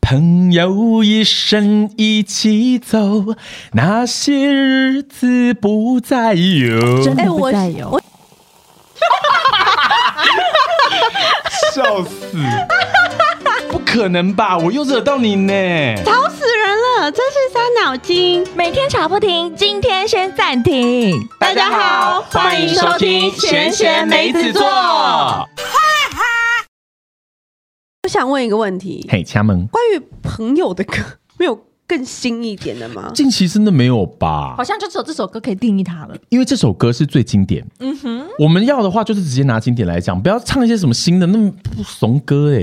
朋友一生一起走，那些日子不再有。哎真的不我再有。我笑 死！不可能吧？我又惹到你呢！吵死人了，真是伤脑筋。每天吵不停，今天先暂停。大家好欢迎收听玄学梅子座我想问一个问题，嘿，家门，关于朋友的歌，没有更新一点的吗？近期真的没有吧好？像就只有这首歌可以定义它了。因为这首歌是最经典。嗯哼，我们要的话就是直接拿经典来讲，不要唱一些什么新的，那么不怂 歌哎、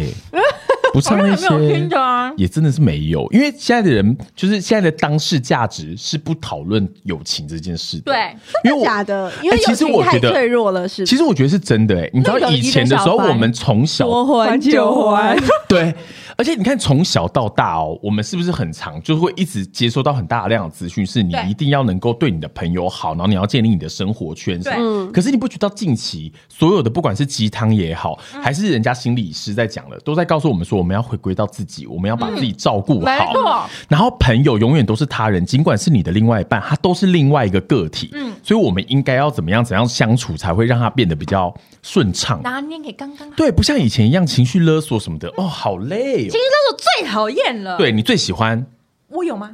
不唱那些。啊，也真的是没有，因为现在的人就是现在的当事价值是不讨论友情这件事的。对，因为真的我假的，因为哎友其实情我太觉得脆弱了，是不其实是？我觉得是真的、欸，你知道那个以前的时候，一个小白我们从小还就还， 对，而且你看从小到大哦，我们是不是很常就会一直接收到很大量的资讯，是你对一定要能够对你的朋友好，然后你要建立你的生活圈什么。对嗯可是你不觉得到近期所有的不管是鸡汤也好，嗯还是人家心理师在讲的，都在告诉我们说我们要回归到自己，我们要把自己照顾嗯没好。错，然后朋友永远都是他人，尽管是你的另外一半，他都是另外一个个体。嗯嗯，所以我们应该要怎么样怎样相处，才会让他变得比较顺畅。拿捏给刚刚好。对，不像以前一样情绪勒索什么的，哦，好累、哦情。绪勒索最讨厌了。，对你最喜欢。我有吗？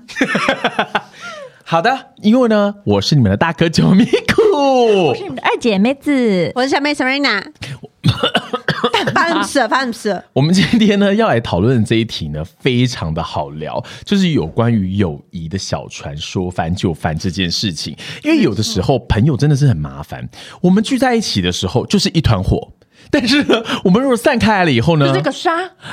好的，因为呢，我是你们的大哥九米酷是，你们的二哎姐妹子。我是小妹 Serena，翻死翻死，我们今天呢要来讨论这一题呢，非常的好聊，就是有关于友谊的小船说翻就翻这件事情。因为有的时候朋友真的是很麻烦，我们聚在一起的时候就是一团火，但是呢，我们如果散开来了以后呢，就这个沙，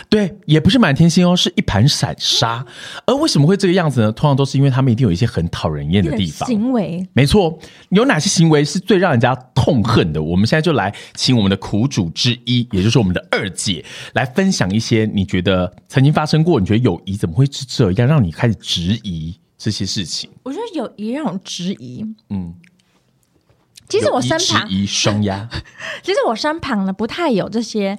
对，也不是满天星哦，是一盘散沙。而为什么会这个样子呢？通常都是因为他们一定有一些很讨人厌的地方。行为没错，有哪些行为是最让人家痛恨的？我们现在就来请我们的苦主之一，也就是我们的二姐，来分享一些你觉得曾经发生过，你觉得友谊怎么会是这样，让你开始质疑这些事情？我觉得有一让我质疑。嗯嗯，其实我身旁友谊，质疑双压，其实我身旁呢不太有这些，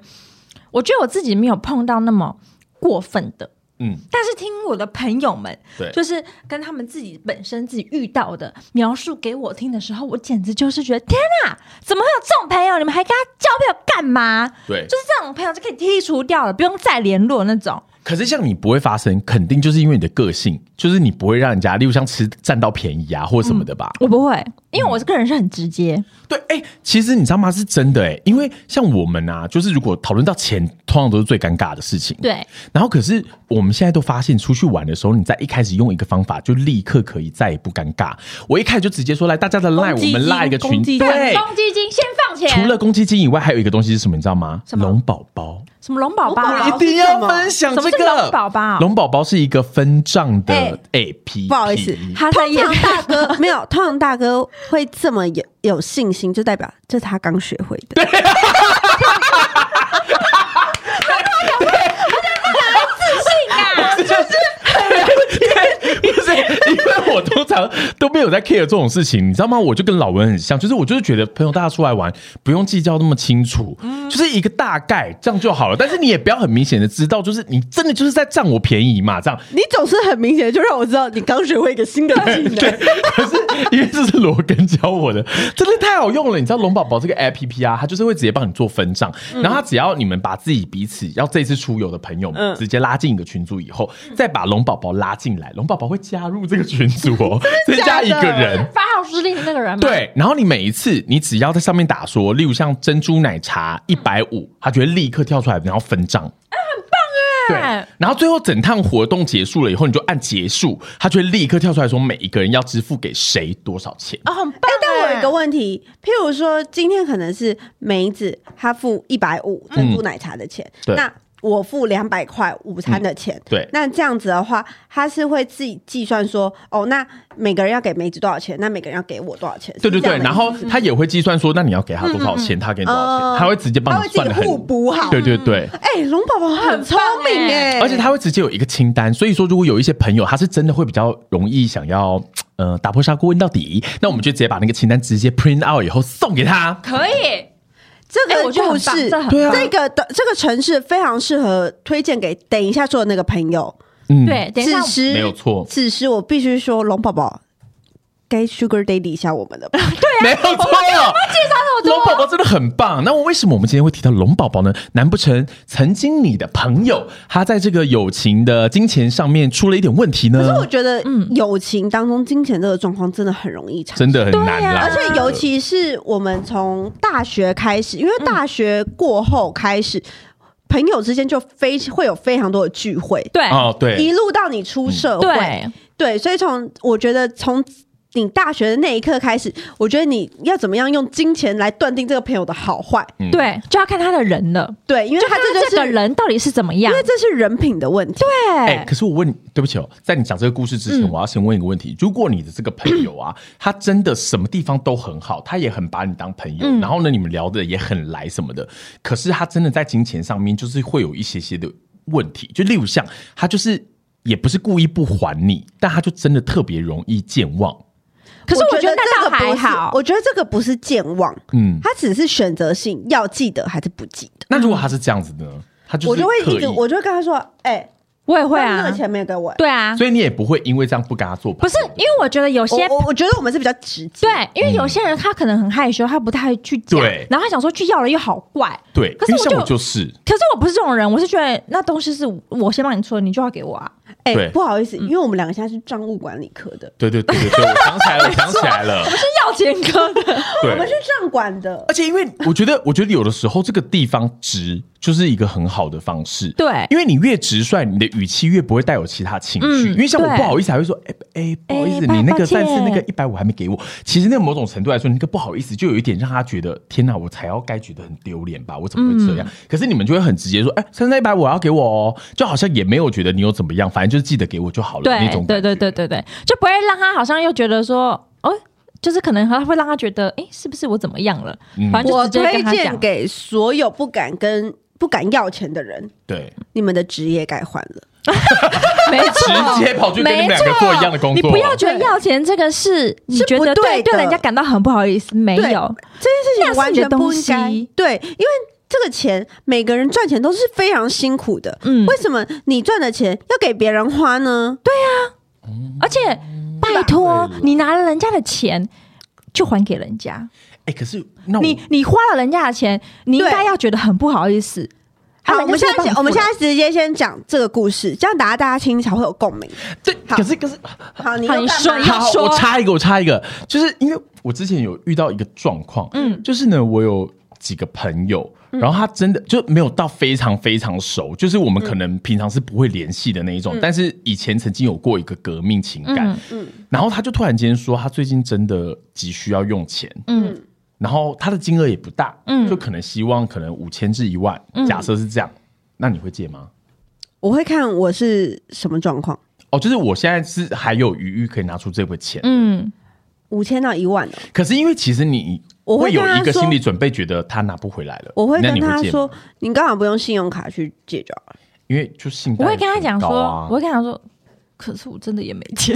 我觉得我自己没有碰到那么过分的。嗯，但是听我的朋友们，对就是跟他们自己本身自己遇到的描述给我听的时候，我简直就是觉得天哪，怎么会有这种朋友？你们还跟他交朋友干嘛？对就是这种朋友就可以剔除掉了，不用再联络那种。可是像你不会发生，肯定就是因为你的个性，就是你不会让人家，例如像吃占到便宜啊或什么的吧？我不会，因为我这个人是很直接，对，哎、其实你知道吗？是真的哎、因为像我们啊，就是如果讨论到钱，通常都是最尴尬的事情。对，然后可是我们现在都发现，出去玩的时候，你在一开始用一个方法，就立刻可以再也不尴尬。我一开始就直接说，来大家的 line，攻我击们性拉一个群，攻击性对。公积金先放钱，除了公积金以外，还有一个东西是什么？你知道吗？么龙宝宝，什么龙宝宝龙宝啊、宝一定要分享什这么是个龙宝宝龙宝宝啊哎是一个分账的 APP，不好意思他在通常大哥 没有，通常大哥会这么有有信心，就代表这是他刚学会的。 不是，因为我通常都没有在 care 这种事情，你知道吗？我就跟老文很像，就是我就是觉得朋友大家出来玩不用计较那么清楚，就是一个大概这样就好了。但是你也不要很明显的知道，就是你真的就是在占我便宜嘛，这样。 你总是很明显就让我知道你刚学会一个新的技能，可是因为这是罗根教我的，真的太好用了。你知道龙宝宝这个 A P P 啊，它就是会直接帮你做分账，然后它只要你们把自己彼此要这次出游的朋友们嗯直接拉进一个群组以后，再把龙宝宝拉进来，龙宝宝会加入这个群组哦，增加一个人。发号施令的那个人吗？，对，然后你每一次你只要在上面打说，例如像珍珠奶茶一百五，它就会立刻跳出来，然后分哎账。对，然后最后整趟活动结束了以后，你就按结束，它就会立刻跳出来说每一个人要支付给谁多少钱。哦，很棒、哎但我有一个问，问题，譬如说今天可能是梅子她付一百五珍珠奶茶的钱，嗯对嗯那我付两百块午餐的钱，对那这样子的话，他是会自己计算说，哦，那每个人要给梅子多少钱，那每个人要给我多少钱，对对是这对，样的意然思后他也会计算说，那你要给他多少钱，他给你多少钱，哦他会直接帮他你会自算己的很。互补好。对对对，哎，龙宝宝很聪明很棒哎哎，而且他会直接有一个清单，所以说如果有一些朋友他是真的会比较容易想要呃打破砂锅问到底，那我们就直接把那个清单直接 print out 以后送给他。可以，这哎个我觉得故很棒事这很，对啊这个的这个城市非常适合推荐给等一下说的那个朋友，嗯，对，等一下此时没有错此时我必须说，龙宝宝该 Sugar Daddy 一下我们了吧？ 没有错。龙宝宝真的很棒。那我为什么我们今天会提到龙宝宝呢？难不成曾经你的朋友他在这个友情的金钱上面出了一点问题呢？可 是我觉得，友情当中金钱这个状况真的很容易产生。真的很难对啦，啊而且尤其是我们从大学开始，因为大学过后开始，朋友之间就非会有非常多的聚会，对哦，对一，路到你出社会，嗯对，对，所以从我觉得从你大学的那一刻开始，我觉得你要怎么样用金钱来断定这个朋友的好坏？嗯对，就要看他的人了，对，因为就他看这他就是这个人到底是怎么样因为。这是人品的问题。哎、对，可是我问你，对不起哦，在你讲这个故事之前，我要先问一个问题：如果你的这个朋友啊，他真的什么地方都很好，他也很把你当朋友，然后呢，你们聊的也很来什么的，可是他真的在金钱上面就是会有一些些的问题，就例如像他就是也不是故意不还你，但他就真的特别容易健忘。可是我觉得那这倒个还不是好，我觉得这个不是健忘，嗯，他只是选择性要记得还是不记得。那如果他是这样子呢，他就是我就会刻一意直，，我就会跟他说：“哎、我也会那啊个，钱没有给我、对啊，所以你也不会因为这样不跟他做朋友。不是因为我觉得有些我我我觉得我们是比较直接，对，因为有些人他可能很害羞，他不太去讲嗯对，然后他想说去要了又好怪。对，可是因为我像就我就是，可是我不是这种人，我是觉得那东西是我先帮你出的，你就要给我啊。哎、对不好意思，嗯因为我们两个现在是账务管理科的，对对对对对，我想起来了，我想起来了，是要钱哥的，对，我们是账管的而。且因为我觉得， 我觉得有的时候这个地方直就是一个很好的方式。对因为你越直率，你的语气越不会带有其他情绪。嗯因为像我对不好意思，还会说，哎、哎、不好意思，哎你那抱个上次那个歉一百五还没给我。其实那个某种程度来说，那个不好意思，就有一点让他觉得，天哪，我才要该觉得很丢脸吧？我怎么会这样？嗯可是你们就会很直接说，哎、上次那一百五要给我哦，就好像也没有觉得你有怎么样，反正就是记得给我就好了那种感觉对对对对对对，就不会让他好像又觉得说，哦，就是可能他会让他觉得，哎，是不是我怎么样了？嗯反正就我直接推跟他荐讲。给所有不敢跟不敢要钱的人，对，你们的职业该换了。没 错，直接跑去跟你们两个没错做一样的工作你不要觉得要钱这个事，你觉得不对对的对人家感到很不好意思，没对有，这件事情完全不应那该是你的东西。对，因为这个钱，每个人赚钱都是非常辛苦的。嗯为什么你赚的钱要给别人花呢？而且拜托对了，你拿了人家的钱就还给人家，哎、可是那我你你花了人家的钱，你应该要觉得很不好意思。啊好，我们现在我们现。人家是帮你付的在直接先讲这个故事，这样大家大家听才会有共鸣。对，好可是可是。好，你好又你干说嘛你好，说我插一个，我插一个，就是因为我之前有遇到一个状况，嗯，就是呢，我有几个朋友，然后他真的就没有到非常非常熟，就是我们可能平常是不会联系的那一种，但是以前曾经有过一个革命情感，嗯，然后他就突然间说，他最近真的急需要用钱，嗯然后他的金额也不大，嗯就可能希望可能五千至一万，假设是这样，那你会借吗？我会看我是什么状况，哦，就是我现在是还有余裕可以拿出这笔钱，嗯，五千到一万哦。可是因为其实你我会会有跟他一个说心理准备，觉得他拿不回来了。我会那跟你他借吗说，，你干嘛不用信用卡去借就好了？因为就信贷我会跟他很讲说，高啊我会跟他说，可是我真的也没钱。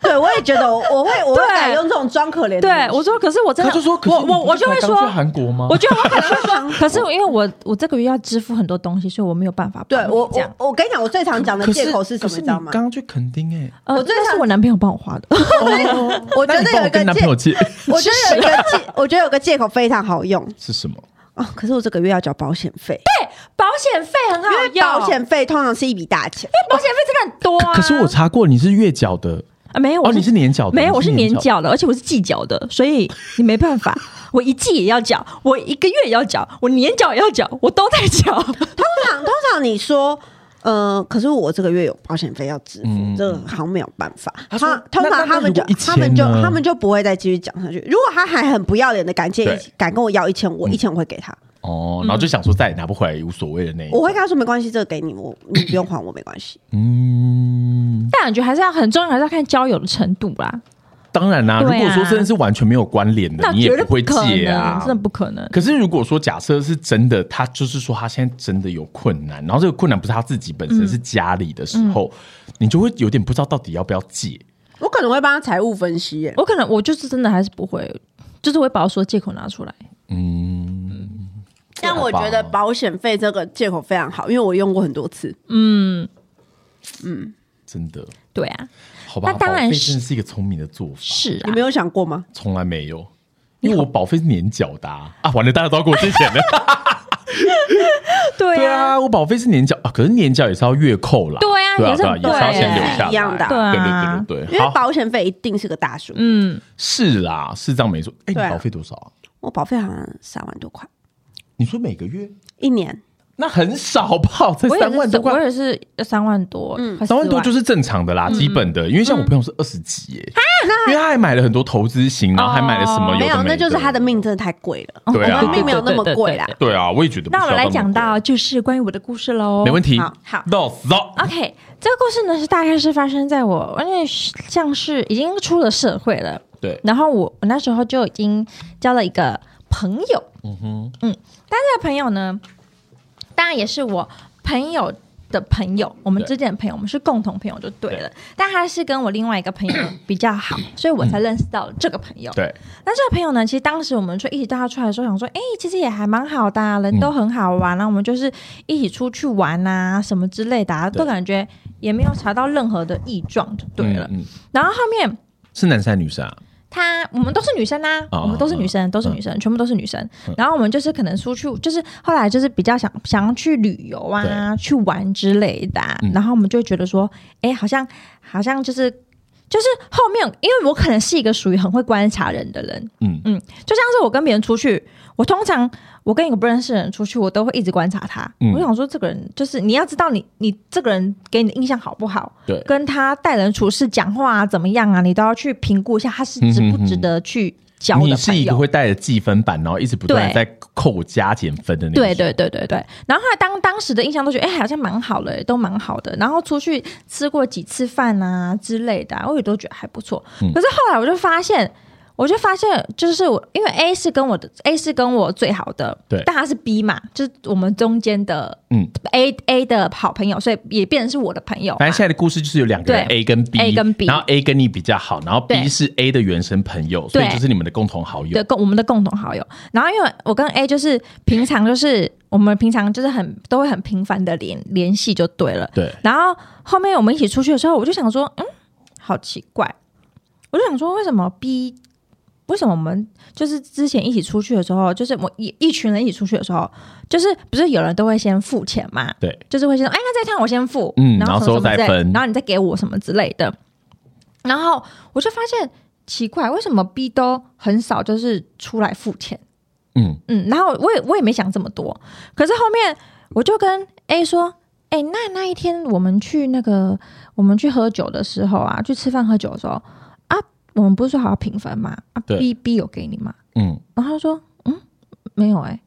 对，我也觉得我我会我会对改用这种装可怜的 对模，式我说，可是我真他的，就说，可是我你不我我是就才会刚说，去韩国吗？我觉得 我可能会说，可是因为我我这个月要支付很多东西，所以我没有办法帮对你我这样。我我跟你讲，我最常讲的可借口是可是什么，你你知道吗？刚刚去垦丁 哎，呃，我这最个常是我男朋友帮我花的， 哦我觉那你得帮有我一个跟男借朋友借 我觉得有一个借，我觉得有个借口非常好用是什么？啊、可是我这个月要缴保险费，保险费很好因为用，保险费通常是一笔大钱。保险费真的很多啊。可是我查过，你是月缴的，啊没有，哦我你是年缴的没有，你是我是年年缴缴的，而且我是季缴的，所以你没 办法，我一季也要缴，我一个月也要缴，我年缴也要缴，我都在缴。 通常通常你说。呃，可是我这个月有保险费要支付，嗯这个好像没有办法。他说通那常那他们就那如果他们就1000呢他们就不会再继续讲下去。如果他还很不要脸的敢借对嗯一敢跟我要一千，我一千我会给他，嗯哦，然后就想说再也拿不回来也无所谓的那一我种。会跟他说没关系，这个给你，我你不用还我没关系。嗯，但我觉得还是要很重要，还是要看交友的程度啦。当然啦，如对果啊说真的是完全没有关联的，那你也绝对不会可借能，啊真的。不可能。可是如果说假设是真的，他就是说他现在真的有困难，然后这个困难不是他自己本嗯身，是家里的时候，你就会有点不知道到底要不要借。我可能会帮他财务分析耶。我可能我就是真的还是不会，就是我会把我所有借口拿出来。嗯，嗯但我觉得保险费这个借口非常好，因为我用过很多次。真的，对啊，好吧，那当然保费是真的是一个聪明的做法，是啊你没，有想过吗？从来没有，因为我保费是年缴的啊，啊完了，大家都要给我借钱 了， 对对啊，啊，我保费是年缴啊，可是年缴也是要月扣啦，对啊对啊，也是对啊，也是要对先留是下来一样的对啊对对对因对对，为好，保险费一定是个大数。嗯，是啦，是这样没错，哎，你对啊保费多少啊？我保费好像三万多块你说每个月？一年，那很少吧，才我也三万是，多块我，也是三万嗯多，快三万啊四多就是正常的啦，基本的。因为像我朋友是二十几耶，因为他还买了很多投资型，然后还买了什么哦没有有，的那就是他的。的命真的太贵了。对啊我们并没有那么对对对贵啦对对对。对啊，我也觉得不那需我要们来那么讲多，到就是关于我的故事喽，没问题。题。好好啊到死到 OK，这个故事呢是大概是发生在我，因为像是已经出了社会了，对，然后我我那时候就已经交了一个朋友，嗯哼，嗯，但这个朋友呢，当然也是我朋友的朋友，我们对之间的朋友，我们是共同朋友就对了。但他是跟我另外一个朋友比较好，所以我才认识到这个朋友。嗯对，那这个朋友呢，其实当时我们就一起带他出来的时候，想说，哎、其实也还蛮好的、啊，人嗯都很好玩啊，我们就是一起出去玩啊，什么之类的、啊，对都感觉也没有查到任何的异状，就对了。嗯，嗯然后后面。是男生还是女生啊？他我们都是女生呐、哦嗯我们都是女生，都是女生，全部都是女生。然后我们就是可能出去，就是后来就是比较想想要去旅游啊，去玩之类的啊、嗯然后我们就会觉得说，哎，好像好像就是就是后面，因为我可能是一个属于很会观察人的人，嗯嗯，就像是我跟别人出去，我通常我跟一个不认识的人出去，我都会一直观察他。嗯我想说，这个人就是你要知道你你这个人给你的印象好不好，对跟他待人处事、讲话啊怎么样啊，你都要去评估一下他是值嗯不值得去交的朋友。你是一个会带着计分板，然后一直不断地对在扣加减分的那种。对对对对对，然后后来当当时的印象都觉得，哎、好像蛮好的、都蛮好的。然后出去吃过几次饭啊之类的啊、我也都觉得还不错。嗯可是后来我就发现，我就发现，就是我因为 A 是跟我的 A 是跟我最好的，对但他是 B 嘛，就是我们中间的，嗯，A A 的好朋友，所以也变成是我的朋友嘛。反正现在的故事就是有两个人对 A 跟 B， A 跟 B 然后 A 跟你比较好，然后 B 对是 A 的原生朋友，所以对就是你们的共同好友。对，共我们的共同好友。然后因为我跟 A 就是平常就是我们平常就是很都会很频繁的联联系就对了。对然后后面我们一起出去的时候，我就想说，嗯，好奇怪，我就想说为什么 B。为什么我们就是之前一起出去的时候，就是我一一群人一起出去的时候，就是不是有人都会先付钱嘛？对，就是会先说，哎，那这一趟我先付，嗯然然后后什么之后什再么之类分然后你再给我什么之类的。然后我就发现奇怪，为什么 B 都很少就是出来付钱？嗯，嗯，然后我也我也没想这么多，可是后面我就跟 A 说，哎、那那一天我们去那个我们去喝酒的时候啊，去吃饭喝酒的时候啊，我们不是说好要平分吗？啊对，B B 有给你吗？嗯，然后他说，嗯，没有哎、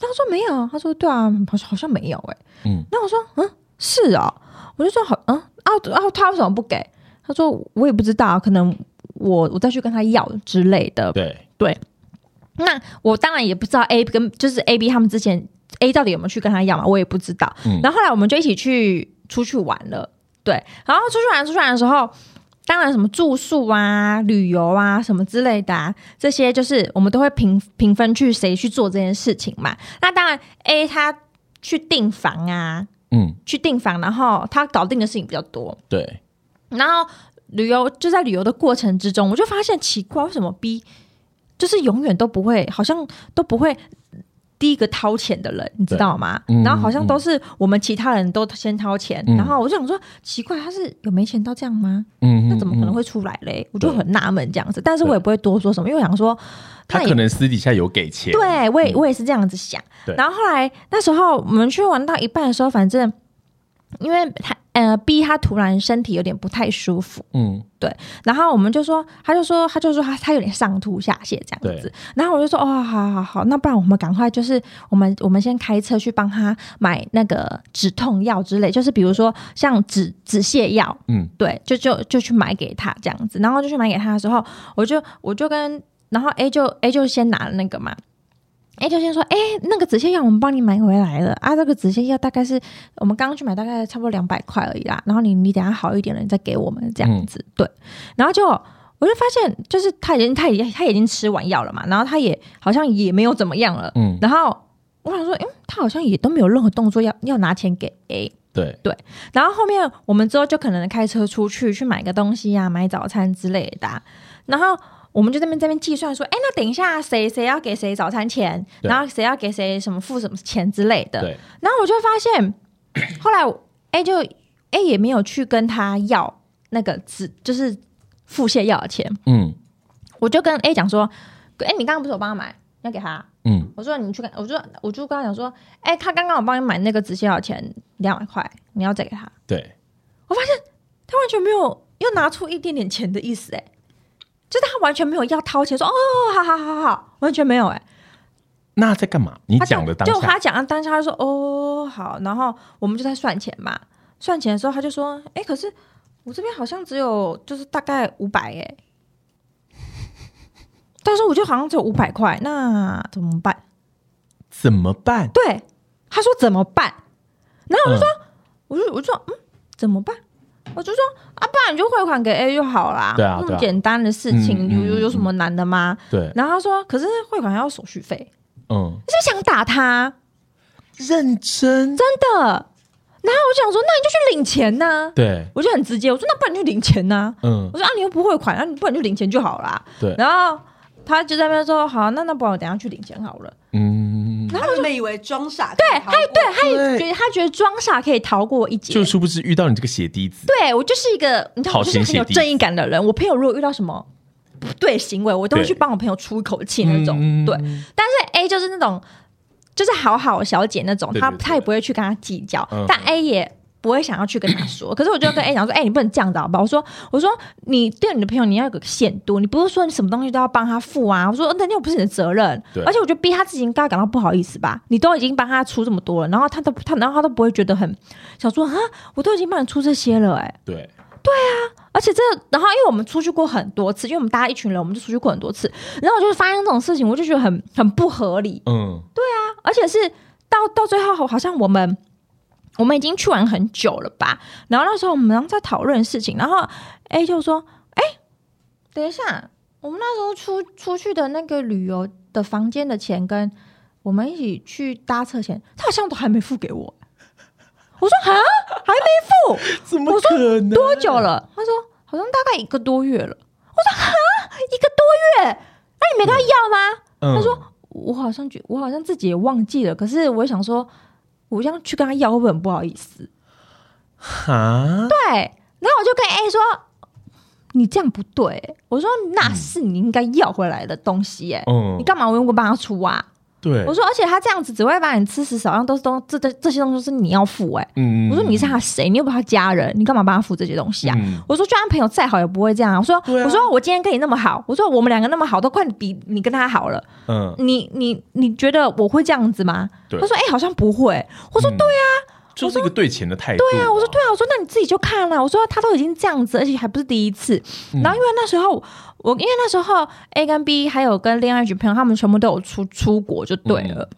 那他说没有，他说对啊，好像好像没有哎、嗯，那我说，嗯，是哦，我就说好，嗯，啊啊，他为什么不给？他说我也不知道，可能我我再去跟他要之类的。对。对，那我当然也不知道 A 跟就是 A B 他们之前 A 到底有没有去跟他要嘛，我也不知道。嗯然后后来我们就一起去出去玩了，对，然后出去玩出去玩的时候。当然，什么住宿啊、旅游啊、什么之类的、啊，这些就是我们都会评评分去谁去做这件事情嘛。那当然，A 他去订房啊，嗯，去订房，然后他搞定的事情比较多。对，然后旅游就在旅游的过程之中，我就发现奇怪，为什么 B 就是永远都不会，好像都不会第一个掏钱的人，你知道吗？嗯然后好像都是我们其他人都先掏钱，嗯然后我就想说，奇怪，他是有没钱到这样吗？嗯，那怎么可能嗯？会出来嘞？我就很纳闷这样子，但是我也不会多说什么，因为我想说，他那也可能私底下有给钱，对我也我也是这样子想嗯对。然后后来那时候我们去玩到一半的时候，反正因为他呃 B 他突然身体有点不太舒服。嗯，然后我们就说，他就说，他就说他他有点上吐下泻这样子对。然后我就说，哦，好好好，那不然我们赶快就是我们我们先开车去帮他买那个止痛药之类，就是比如说像止止泻药，嗯，对，就就就去买给他这样子。然后就去买给他的时候，我就我就跟然后 A 就 A 就先拿了那个嘛。A 就先说，哎、那个止泻药我们帮你买回来了啊，这个止泻药大概是我们刚刚去买，大概差不多两百块而已啦。然后你你等一下好一点了，你再给我们这样子，对。然后就我就发现，就是他已经他已经他已经吃完药了嘛，然后他也好像也没有怎么样了，嗯然后我想说，嗯，他好像也都没有任何动作要要拿钱给 A，对，然后后面我们之后就可能开车出去去买个东西啊，买早餐之类的啊、然后我们就在那边这边计算说，哎，那等一下谁谁要给谁早餐钱，对然后谁要给谁什么付什么钱之类的。对，然后我就发现，后来哎、就哎、也没有去跟他要那个只就是腹泻药的钱，嗯我就跟 A 讲说，哎、你刚刚不是我帮他买，要给他啊、嗯，我说你去跟，我就我就跟他讲说，哎、他刚刚我帮你买那个止泻药的钱两百块，你要再给他。对，他完全没有要拿出一点点钱的意思、哎，就是他完全没有要掏钱，说哦，好好好好，完全没有、哎，那在干嘛？你他讲的当就下，他讲的当下，他就说哦好，然后我们就在算钱嘛，算钱的时候他就说，哎、可是我这边好像只有就是大概五百，哎，但是我就好像只有五百块，那怎么办？怎么办？对，他说怎么办？然后我就说，嗯我就我就说，嗯，怎么办？我就说啊，不然你就汇款给 A 就好啦，对啊那对么啊简单的事情，嗯嗯有有有什嗯么难的吗？对，然后他说，可是汇款还要手续费，你嗯，是不是想打他？认真，真的？然后我就想说，那你就去领钱呐、对，我就很直接，我说那不然你去领钱呐、嗯我说啊，你又不汇款，那、你不然你就领钱就好啦。对，然后他就在那边说，好，那那不然我等一下去领钱好了。嗯，他们以为装傻，对，他对，他也对觉得他觉得装傻可以逃过一劫，就殊不知遇到你这个血滴子，对我就是一个，你知道，好我就是心很有血滴正义感的人。我朋友如果遇到什么不对行为，我都会对去帮我朋友出一口气那种。嗯对，但是 A 就是那种就是好好小姐那种，对对她对她也不会去跟她计较嗯，但 A 也。不会想要去跟 她说，可是我就跟 A 讲说，哎、你不能这样子好吧？我说，我说你对你的朋友你要有个限度，你不是说你什么东西都要帮他付啊？我说，那又不是你的责任对，而且我觉得逼他自己应该感到不好意思吧？你都已经帮他出这么多了，然后他都他然后他都不会觉得很想说，哈，我都已经帮你出这些了、哎，对，而且这，然后因为我们出去过很多次，因为我们大家一群人，我们就出去过很多次，然后我就发现这种事情，我就觉得很很不合理，嗯，而且是到到最后，好像我们我们已经去玩很久了吧，然后那时候我们好像在讨论事情，然后 A 就说：“哎、等一下，我们那时候出出去的那个旅游的房间的钱跟我们一起去搭车钱，他好像都还没付给我。”我说：“哈，还没付。”怎么可能？多久了？他说好像大概一个多月了。我说哈，一个多月，那你没跟他要吗？嗯？他说我好像觉，我好像自己也忘记了。可是我想说，我这样去跟他要会不会很不好意思？哈，对，然后我就跟 A 说，你这样不对。我说那是你应该要回来的东西耶、嗯你干嘛用过帮他出啊？对，我说，而且他这样子只会把你吃死少量都是东这这这些东西都是你要付哎、嗯，嗯我说你是他谁？你又不是他家人，你干嘛帮他付这些东西啊？嗯我说，就算朋友再好也不会这样啊。我说，对啊我说我今天跟你那么好，我说我们两个那么好，都快比你跟他好了。嗯，你你你觉得我会这样子吗？对他说，哎、好像不会。我说，嗯对啊，就是一个对钱的态度。对啊。我说，对啊。我说，那你自己就看啦、我说，他都已经这样子，而且还不是第一次。嗯然后因为那时候我，因为那时候 A 跟 B 还有跟恋爱局朋友，他们全部都有出出国，就对了。嗯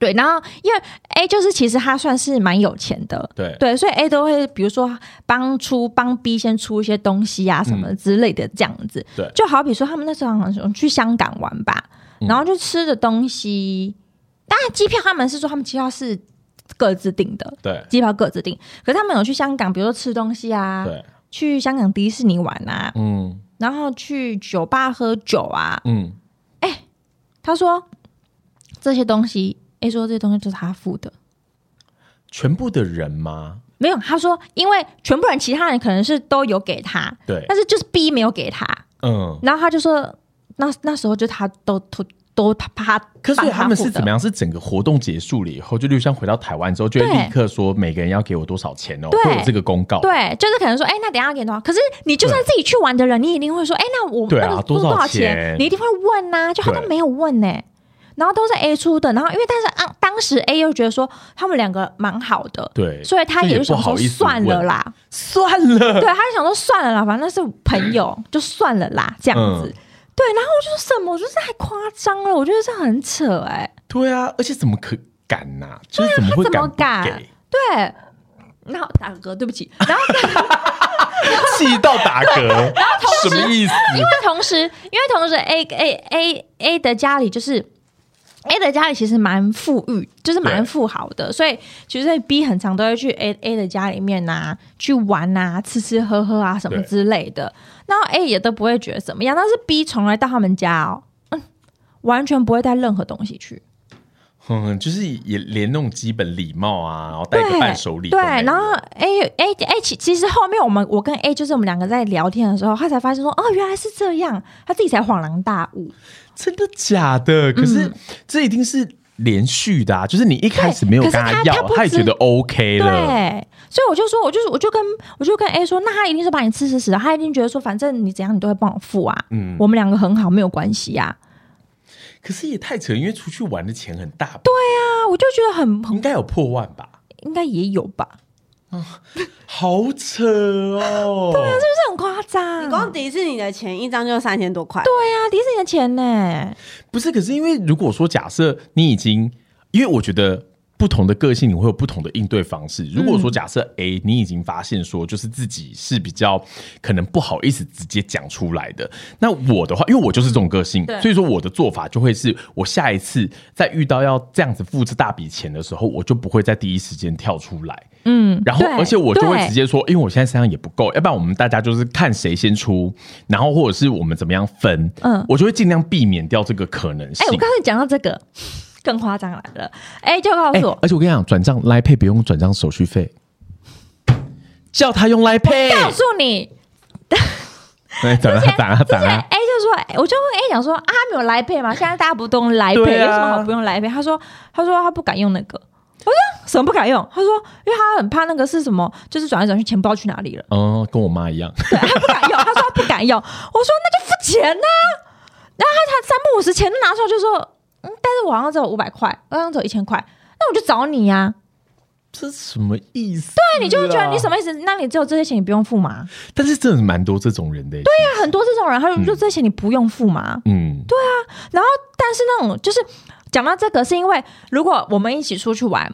对，然后因为 A 就是其实他算是蛮有钱的，对对，所以 A 都会比如说帮出帮 B 先出一些东西啊什么之类的这样子。嗯对就好比说他们那时候好像去香港玩吧，嗯然后就吃的东西，当然机票他们是说他们机票是各自订的，对机票各自订。可是他们有去香港，比如说吃东西啊，对，去香港迪士尼玩啊，嗯然后去酒吧喝酒啊。嗯，他说这些东西，A 说这些东西都是他付的。全部的人吗？没有，他说，因为全部人其他人可能是都有给他，对，但是就是 B 没有给他，嗯，然后他就说，那那时候就他都都都他他，可是他们是怎么样？样？是整个活动结束了以后，就六香回到台湾之后，就会对立刻说每个人要给我多少钱哦，对会有这个公告。对，就是可能说，哎、那等一下给你多少？可是你就算自己去玩的人，你一定会说，哎、那我对啊那个多多少少钱你一定会问呐、就他都对没有问呢、然后都是 A 出的，然后因为但是啊，当时 A 又觉得说他们两个蛮好的，对所以他所以也就想不好说意思算了啦，算了，对，他就想说算了啦，反正那是朋友，就算了啦，这样子。嗯对，然后我就说什么，我就是太夸张了，我觉得这很扯哎、对啊，而且怎么可敢呐？就是怎么会他怎么敢不敢给？对，然后打嗝，对不起。然后，气到打嗝，什么意思？因为同时，因为同时 A A A A 的家里就是 A 的家里其实蛮富裕，就是蛮富豪的，所以其实 B 很常都会去 A A 的家里面呐、去玩啊，吃吃喝喝啊什么对之类的。然后 A 也都不会觉得怎么样，但是 B 从来到他们家哦，嗯，完全不会带任何东西去，嗯，就是也连那种基本礼貌啊，然后带个伴手礼都对，没有，然后 A A A 其其实后面我们我跟 A 就是我们两个在聊天的时候，他才发现说哦原来是这样，他自己才恍然大悟。真的假嗯的？可是这一定是连续的啊，就是你一开始没有对跟可是他他要，不他也知觉得 OK 了。对，所以我就说，我就是我就跟我就跟 A 说，那他一定是把你吃死死的，他一定觉得说，反正你怎样你都会帮我付啊，嗯我们两个很好，没有关系啊。可是也太扯，因为出去玩的钱很大吧，啊，我就觉得很很应该有破万吧？应该也有吧，好扯哦！这很夸张。你对光迪士尼的钱一张就三千多块，啊，迪士尼的钱呢？不是，可是因为如果说假设你已经，因为我觉得不同的个性你会有不同的应对方式。如果说假嗯设 A 你已经发现说就是自己是比较可能不好意思直接讲出来的，那我的话，因为我就是这种个性，对所以说我的做法就会是我下一次再遇到要这样子付这大笔钱的时候，我就不会在第一时间跳出来。嗯，然后，对而且我就会对直接说，因为我现在身上也不够，要不然我们大家就是看谁先出，然后或者是我们怎么样分，嗯嗯，我就会尽量避免掉这个可能性哎、。我刚才讲到这个更夸张来了，A 就告哎诉我，而且我跟你讲，转账 Line Pay 不用转账手续费，叫他用 Line 告 Pay。诉你，哎，转 啊转啊之转前啊！ A 就说，哎我就问 A 讲说啊，他没有来配吗？现在大家不都用来配，对啊有什么好不用来配？他说，他说他不敢用那个。我说什么不敢用？他说，因为他很怕那个是什么，就是转来转去钱不知道去哪里了，哦，跟我妈一样， 对，他不敢用。他说他不敢用。我说那就付钱呐、然后他他三不五十钱都拿出来，就说，嗯，但是我好像只有五百块，我好像只有一千块，那我就找你呀、这什么意思？啊对那啊你就会觉得你什么意思？那你只有这些钱，你不用付吗？但是真的蛮多这种人的。对呀，那很多这种人，他就说这些钱你不用付吗？嗯，啊对，然后，但是那种就是讲到这个，是因为如果我们一起出去玩，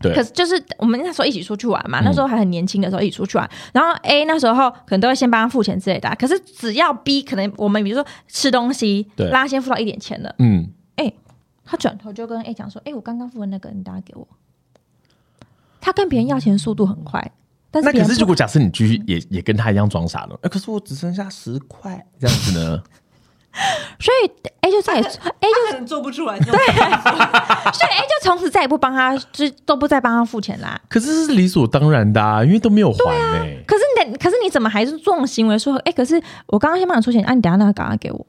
对可是就是我们那时候一起出去玩嘛，嗯那时候还很年轻的时候一起出去玩，然后 A 那时候可能都会先帮他付钱之类的啊、可是只要 B 可能我们比如说吃东西，对拉先付到一点钱了，嗯，他转头就跟 A 讲说：“哎、我刚刚付的那个，你打给我。”他跟别人要钱速度很快，但是那别可人是不如果假设你继续也也跟他一样装傻了，哎，可是我只剩下十块，这样子呢？所以 A 就再也 A 就他可能做不出来这种事。所以 A 就从此再也不帮他，就是都不再帮他付钱啦、可是这是理所当然的啊，因为都没有还欸呢、可是你的，可是你怎么还是这种行为说？哎、可是我刚刚先帮你出钱，啊，你等一下那个赶快给我。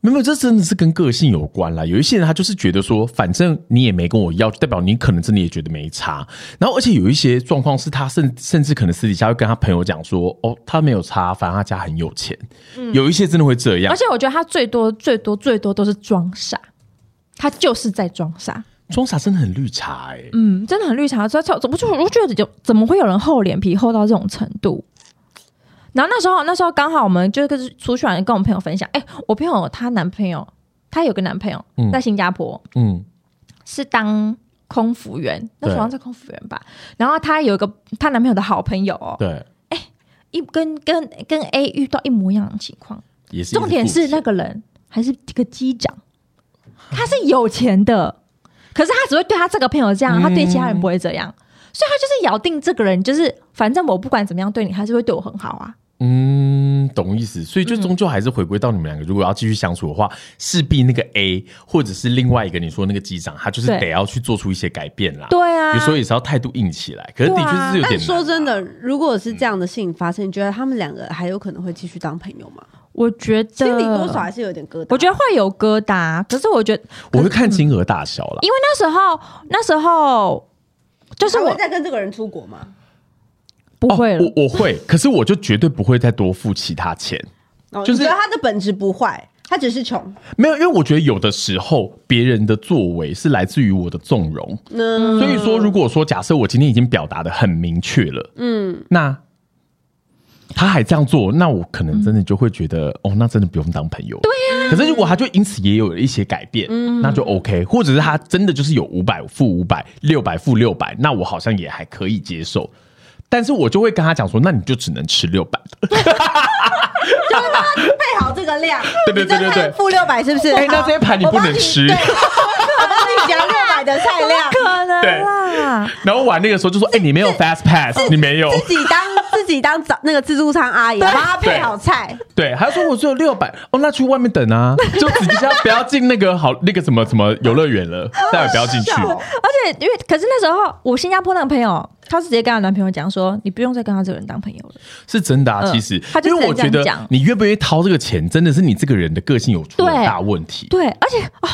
没有，这真的是跟个性有关啦。有一些人他就是觉得说，反正你也没跟我要，就代表你可能真的也觉得没差。然后，而且有一些状况是他甚甚至可能私底下会跟他朋友讲说，哦，他没有差，反正他家很有钱。有一些真的会这样嗯而，且我觉得他最多最多最多都是装傻，他就是在装傻。装傻真的很绿茶哎、嗯，真的很绿茶。这这，我就我觉得有怎么会有人厚脸皮厚到这种程度？然后那时候那时候刚好我们就跟出去玩，跟我们朋友分享，哎、我朋友她男朋友，她有个男朋友嗯在新加坡，嗯，是当空服员，那时候好像在空服员吧。然后她有一个她男朋友的好朋友哦，对，一跟跟跟 A 遇到一模一样的情况，也是一直重点付是钱那个人还是一个机长，他是有钱的，可是他只会对他这个朋友这样，他对其他嗯人不会这样，所以他就是咬定这个人就是反正我不管怎么样对你，他就会对我很好啊。嗯，懂意思。所以就终究还是回归到你们两个，如果要继续相处的话，势必那个 A 或者是另外一个你说那个机长，他就是对得要去做出一些改变啦。对啊有时候也是要态度硬起来，可是的确是有点、但说真的，的，如果是这样的事情发生，你觉得他们两个还有可能会继续当朋友吗？我觉得心里多少还是有点疙瘩。嗯我觉得会有疙瘩，可是我觉得，我会看金额大小啦。因为那时候那时候就是还我会再跟这个人出国吗？不会了哦，，我我 会，可是我就绝对不会再多付其他钱。哦就是你觉得他的本质不坏，他只是穷。没有，因为我觉得有的时候别人的作为是来自于我的纵容，嗯，所以说如果说假设我今天已经表达的很明确了，嗯，那他还这样做，那我可能真的就会觉得，哦，那真的不用当朋友。对呀、嗯可是如果他就因此也有了一些改变，那就 OK，或者是他真的就是有五百付五百，六百付六百，那我好像也还可以接受。但是我就会跟他讲说，那你就只能吃六百的。配好这个量，对对对对对你再配负六百是不是？哎那这一盘你不能吃我帮你对，我帮你加六百的菜 量，可能啦，然后我玩那个时候就说，哎、你没有 fast pass，你没有。自己当自己当早那个自助餐阿姨，帮他配好菜，对，他说我只有六百，哦，那去外面等 啊，就直接不要进那个好那个什么什么游乐园 哦了，再也不要进去。啊笑哦而且因为可是那时候我新加坡那个朋友，她是直接跟她男朋友讲说，你不用再跟他这个人当朋友了。是真的啊，嗯其实，他就因为只能我这觉得样讲你愿不愿意掏这个钱，真的是你这个人的个性有出了对大问题。对，而且哦，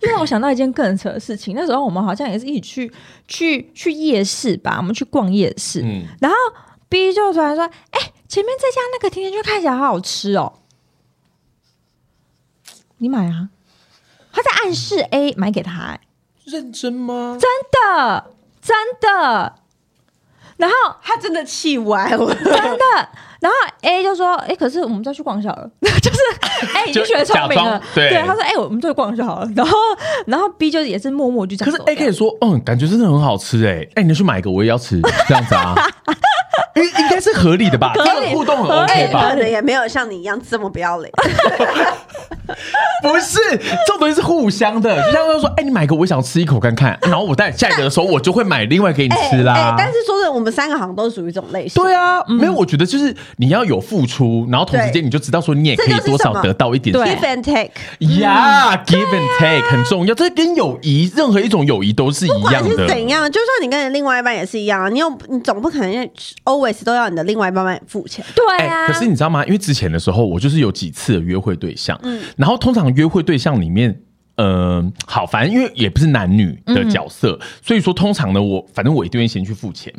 又让我想到一件更扯的事情。那时候我们好像也是一起去去去夜市吧，我们去逛夜市，嗯，然后 B 就突然说：“哎、前面这家那个甜甜圈看起来好好吃哦，你买啊。”他在暗示 A 买给他、哎认真吗？真的真的。然后他真的气歪我。真的。然后 A 就说：“哎、可是我们再去逛一下好了。” 就是 A 已经就学得聪明假了装，对他说：“哎、我们再去逛一下好了。”然后，然后 B 就也是默默就这可是样走 A 可以掉。说，嗯，感觉真的很好吃哎、哎、你去买一个，我也要 吃，这样子啊，应应该是合理的吧？这个互动很合理 OK 吧可？能也没有像你一样这么不要 脸，不是，这种东西是互相的，就像他说，哎、你买一个，我想吃一口看看，然后我带下一个的时候，我就会买另外给你吃啦。哎哎但是说真的，我们三个好像都属于这种类型。对啊，没有，我觉得就是你要有付出，然后同时对间你就知道说你也可这以就是多什少么得到一点对，give and take， ，Yeah，give and take 很重要，这跟友谊，任何一种友谊都是一不管样是的。怎样，就算你跟你另外一半也是一样啊，你有你总不可能 always 都要你的另外一半帮你付钱。对哎、啊，可是你知道吗？因为之前的时候，我就是有几次的约会对象，嗯然后通常约会对象里面。嗯，好，反正因为也不是男女的嗯角色，所以说通常呢，我反正我一定会先去付钱，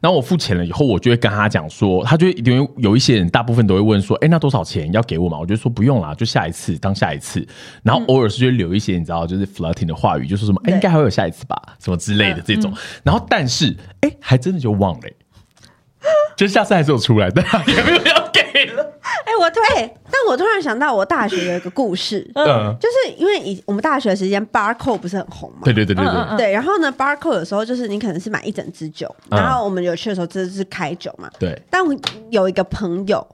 然后我付钱了以后，我就会跟他讲说，他就会一定会有一些人，大部分都会问说，哎、那多少钱要给我嘛？我就说不用啦，就下一次当下一次，然后偶尔是就会留一些你知道，就是 flirting 的话语，就说什么，哎、对应该还会有下一次吧，什么之类的这种，嗯然后但是，哎、还真的就忘了、欸就下次还是有出来，但 也没有要给了。哎、我突然、但我突然想到，我大学有一个故事， 嗯，就是因为以我们大学的时间 bar code 不是很红嘛，对对对对嗯对嗯对，然后呢，bar code 有时候就是你可能是买一整支酒，嗯然后我们有去的时候这是开酒嘛。对，但我有一个 朋友，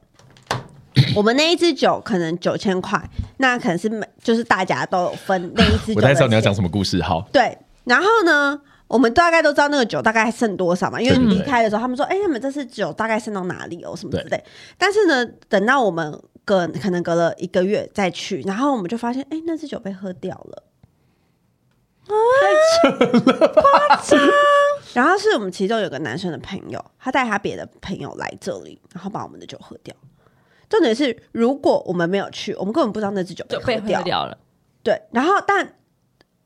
我们那一支酒可能九千块，那可能是每就是大家都有分那一支我酒的大概钱。知道你要讲什么故事。好，对，然后呢，我们大概都知道那个酒大概剩多少嘛，因为对对对离开的时候他们说，哎、你们这次酒大概剩到哪里哦，什么之对类。但是呢，等到我们隔可能隔了一个月再去，然后我们就发现，哎、那支酒被喝掉了。太扯了，夸张！然后是我们其中有个男生的朋友，他带他别的朋友来这里，然后把我们的酒喝掉。重点是，如果我们没有去，我们根本不知道那支酒被就被喝喝掉。掉了。对，然后但，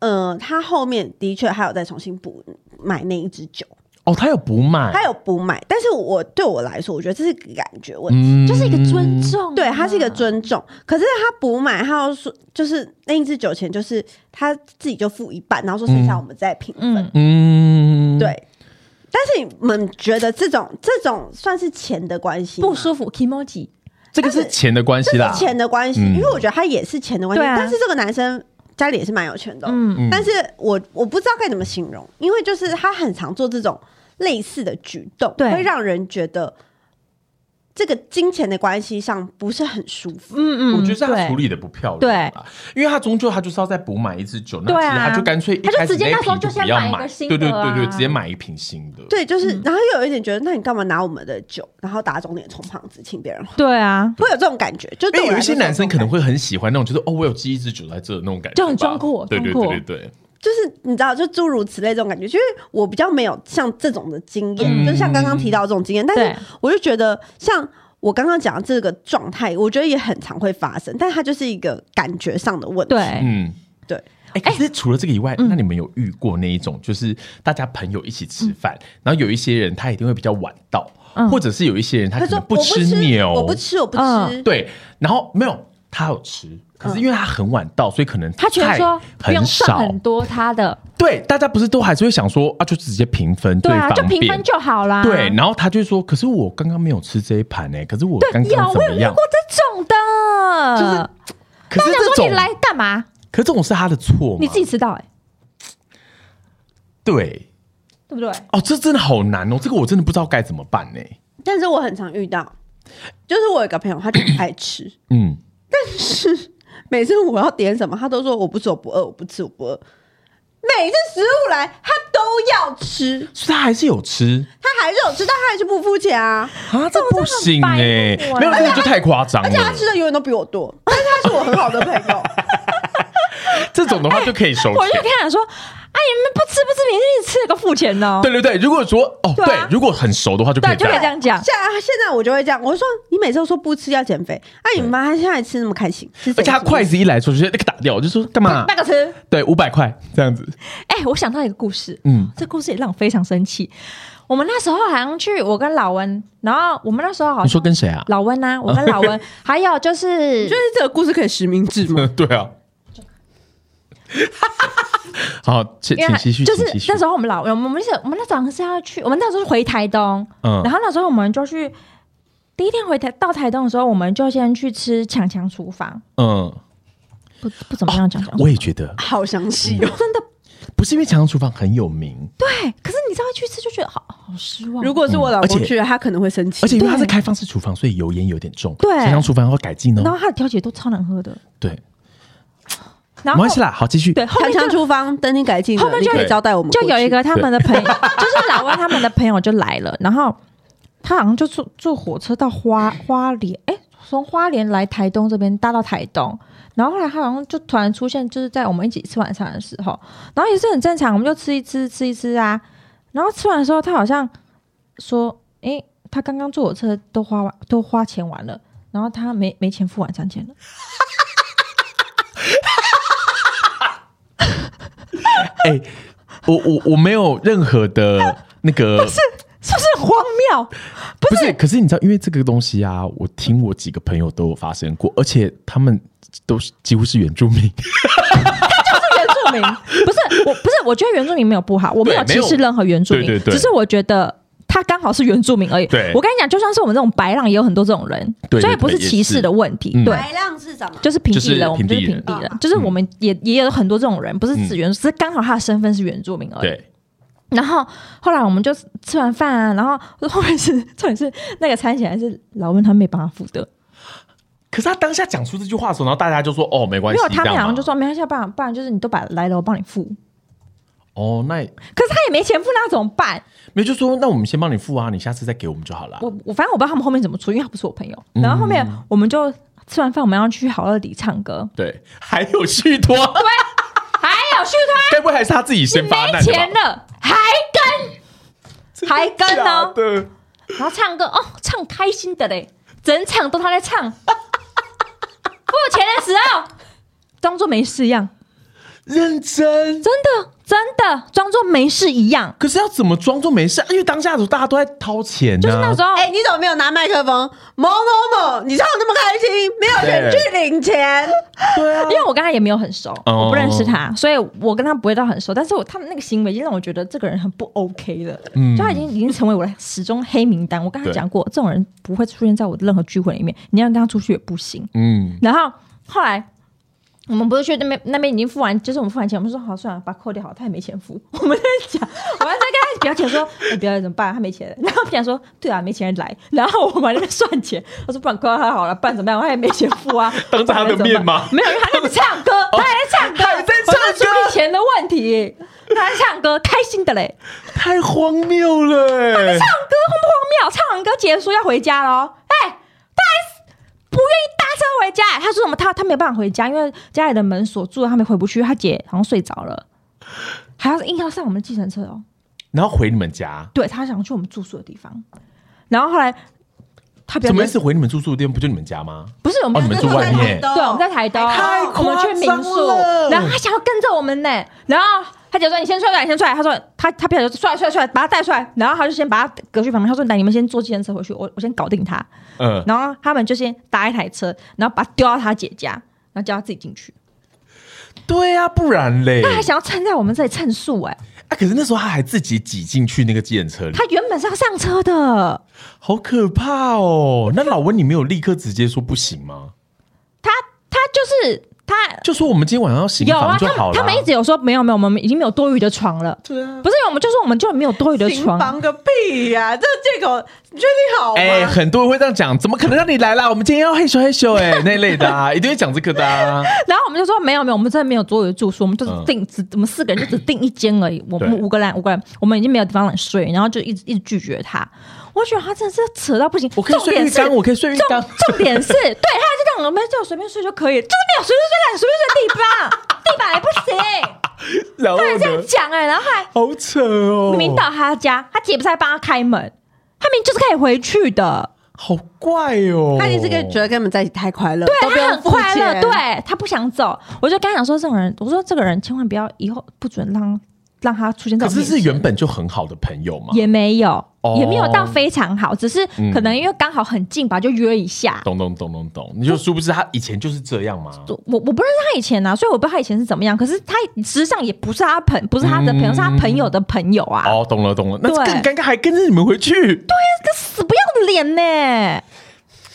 呃，他后面的确还有再重新补嗯买那一支酒，哦，他有补买，他有补买，但是我对我来说，我觉得这是个感觉问题。嗯就是一个尊。重、啊对他是一个，尊重，可是他补买，他要说就是那一支酒钱，就是他自己就付一半，然后说剩下我们再平分。嗯，嗯，对，但是你们觉得这种这种算是钱的关系吗？不舒服 k i m o j i 这个是钱的关系啦是。钱的关系，嗯因为我觉得他也是钱的关系，对啊但是这个男生家里也是蛮有钱的哦、嗯嗯但是我我不知道该怎么形容，因为就是他很常做这种类似的举动，对会让人觉得这个金钱的关系上不是很舒服。嗯嗯，我觉得是他对处理的不漂亮吧，因为他终究他就是要再补买一支酒，那对啊其实他就干脆一他就开始直接那一那时候瓶就就先不要买一个买，对新对的对啊对，直接买一瓶新的。对，就是，然后又有一点觉得，那你干嘛拿我们的酒，然后打肿脸充胖子，请别人喝，对啊，会有这种感觉。就因对为哎我有来一说些是有男生这可种能感觉，会很喜欢那种，就是哦，我有记一支酒在这的那种感觉吧，就很壮阔对对壮阔对对对，就是你知道，就诸如此类这种感觉。就是我比较没有像这种的经验，嗯就像刚刚提到的这种经验，但是对，我就觉得像我刚刚讲的这个状态，我觉得也很常会发生，但它就是一个感觉上的问题。对，嗯，对。哎、可是除了这个以外，嗯那你们有遇过那一种，就是大家朋友一起吃饭，然后有一些人他一定会比较晚到，嗯或者是有一些人他他可说能我吃牛，我不吃，我不吃，嗯对，然后没有他有吃，可是因为他很晚到，所以可能他觉得菜说不用很算少，很多他的，对，大家不是都还是会想说啊，就直接平分，对啊，方就便。平分啊就好啦。对，然后他就说：“可是我刚刚没有吃这一盘呢、可是我刚有刚怎我么有遇样过这种的，就是可是那我想这说种你，来干嘛？可是这种是他的错嘛，你自己迟到哎、对，对不对？哦，这真的好难哦，这个我真的不知道该怎么办呢。但是我很常遇到，就是我有一个朋友，他 就很爱吃， 嗯，每次我要点什么，他都说我不吃，我不饿，我不吃，我不饿。每次食物来，他都要吃，所以他还是有吃他还是有吃，但他还是不付钱啊。啊，这不行白目哎，啊没有这个就太夸张而且他了。吃的永远都比我多，但是他是我很好的朋 友。这种的话就可以收哎我就钱跟。他说：“哎，你们不吃不吃，你去吃个付钱哦。对对对，如果说哦对对啊，如果很熟的话就可以对就可以这样讲现在现在我就会这样，我说你每次都说不吃要减肥，啊，你妈现在吃那么开心，是谁而且他煮的筷子一来说，就那个打掉，我就说干嘛那？个吃。对，五百块这样子。哎、我想到一个故事，嗯嗯，这故事也让我非常生气。我们那时候好像去，我跟老温，然后我们那时候好你说像跟谁啊？老温啊，我跟 老温，还有就是你觉得这个故事可以实名制吗？对 啊。好，请因请为继续，就请继是续那时候我们老我们是我们那早上是要去，我们那时候是回台东，嗯然后那时候我们就去第一天回台到台东的时候，我们就先去吃强强厨房，嗯，不不怎么样，强强、我也觉得好详细哦。真的不是因为强强厨房很有名，对，哎可是你知道去吃就觉得好好失望。如果是我老嗯而公且去了，他可能会生气。而且因为它是对开放式厨房，所以油烟有点重。对强强厨房要改进然哦。后它的调解都超难喝的，对，然没后关系啦，好，继续。对后强面就强厨房等你改进了，后面就你可以招待我们过就去。有一个他们的朋友， 就是老外他们的朋友就来了，然后他好像就坐坐火车到花花莲，哎、从花莲来台东这边搭到台东，然后后来他好像就突然出现，就是在我们一起吃晚餐的时候，然后也是很正常，我们就吃一吃吃一吃啊，然后吃完的时候，他好像说，哎、他刚刚坐火车都花完都花钱完了，然后他没没钱付晚餐钱了。 哎、我我我没有任何 的那个，不是是不是很荒谬？不是，可是你知道，因为这个东西啊，我听我几个朋友都有发生过，而且他们都是几乎是原住 民，原住民 不是我，不是我觉得原住民没有不好，我没有对没歧有视任何原住民，对对对只是我觉得他刚好是原住民而已。对我跟你讲，就算是我们这种白浪，也有很多这种人，对对所以不是歧视的问题，对也是对。白浪是什么？就是平地就是人，我们就是平地平人嗯地人啊，就是我们也也有很多这种人，不是指原，只是刚好他的身份是原住民而已。对，然后后来我们就吃完饭啊，然后后面是重点是那个餐钱是老温他们没帮他付的，可是他当下讲出这句话的时候，然后大家就说：“哦，没关没系。有这样嘛”他们好像就说没关系，不然不然就是你都把来了我帮你付，哦，那也可是他也没钱付，那怎么办？没有就说那我们先帮你付啊，你下次再给我们就好了。我我反正我不知道他们后面怎么出，因为他不是我朋友。然后后面嗯我们就吃完饭，我们要去好乐迪唱歌，对，还有续托， 还有去该不会还是他自己先发他难的没吧钱了，还跟，还跟哦真的假的然后唱歌哦，唱开心的嘞，整场都他在唱。付钱的时候装作没事一样，认真。真的真的装作没事一样。可是要怎么装作没事？啊因为当下的时候大家都在掏钱啊呢、就是那时候，哎、你怎么没有拿麦克风？某某某，你唱得那么开心，没有人去领钱，对啊因，为我跟他也没有很熟，哦我不认识他，所以我跟他不会到很熟。但是我他们那个行为已经让我觉得这个人很不 OK 了，就他已经已经成为我的始终黑名单。我跟嗯他对讲过，这种人不会出现在我的任何聚会里面，你要跟他出去也不行。嗯，然后后来。我们不是去那边，那边已经付完，就是我们付完钱，我们说好算了，把它扣掉好了，他也没钱付。我们在讲， 我们在跟他表姐说，哎、表姐怎么办？他没钱了。然后表姐说，对啊，没钱来。然后我们在那边算钱，我说不啊然扣掉他好了，不然怎么样？他也没钱付啊。 当着他的面吗哦没有，因为他在那边唱歌，他还在唱歌，还在唱歌我在处理钱的问题，他在唱歌，开心的嘞。太荒谬了、欸。唱歌荒不荒谬？唱完歌结束要回家喽，哎、他还是不愿意搭车回家、他说什么？他他没办法回家，因为家里的门锁住了，他没回不去。他姐好像睡着了，还要硬要上我们的计程车哦。然后回你们家，对他想去我们住宿的地方，然后后来他表什么意姐思？回你们住宿的地方不就你们家吗？不是我哦们你们是住外面哎对，我们在台东，太我们去民夸张宿了，然后他想要跟着我们呢，然后他姐说你先出来，你先出来，他说他他表姐说出来出来出来，把他带出来，然后他就先把他隔去旁边，他说来你们先坐计程车回去，我我先搞定他，嗯、然后他们就先搭一台车，然后把他丢到他姐家，然后叫他自己进去，对啊，不然嘞。他还想要蹭在我们这里蹭宿哎、啊，可是那时候他还自己挤进去那个计程车里，他原本是要上车的，好可怕哦。那老温，你没有立刻直接说不行吗？他他就是他就说我们今天晚上要行有啊，房就他好们了。他们一直哦有说没有没有，我们已经没有多余的床了。对啊，不是，我们就说我们就没有多余的行床，房个屁呀、这借口你确定啊好吗？哎、很多人会这样讲，怎么可能让你来啦？我们今天要害羞害羞 哎、那类的啊，一定会讲这个的啊。然后我们就说没有没有，我们真的没有多余的住宿，我们就是嗯订、只我们四个人就只订一间而已，我对们五个人五个人，我们已经没有地方能睡，然后就一直一直拒绝他。我觉得他真的是扯到不行，我可以重睡浴点是缸，我可以睡浴重缸。重点是，对，他就让我们叫我随便睡就可以，就是没有随便睡懒，随便睡地板，地板也不 行，然后他还这样呢？讲哎、然后还好扯哦，明明到他家，他姐不是还帮他开门，他明明就是可以回去的，好怪哦。他一直跟觉得跟你们在一起太快乐，都不对他用很付快乐，钱对他不想走，我就跟他讲说，这种人，我说这个人千万不要以后不准让让他出现在可我面前。是是原本就很好的朋友嘛，也没有，哦也没有到非常好，只是嗯可能因为刚好很近吧，就约一下。懂懂懂懂懂，你就殊不知他以前就是这样嘛。我我不认识他以前啊，所以我不知道他以前是怎么样。可是他实际上也不是他朋，不是他的朋友，嗯是他朋友的朋友啊，哦，懂了懂了，那对更尴尬，还跟着你们回去。死不要脸呢、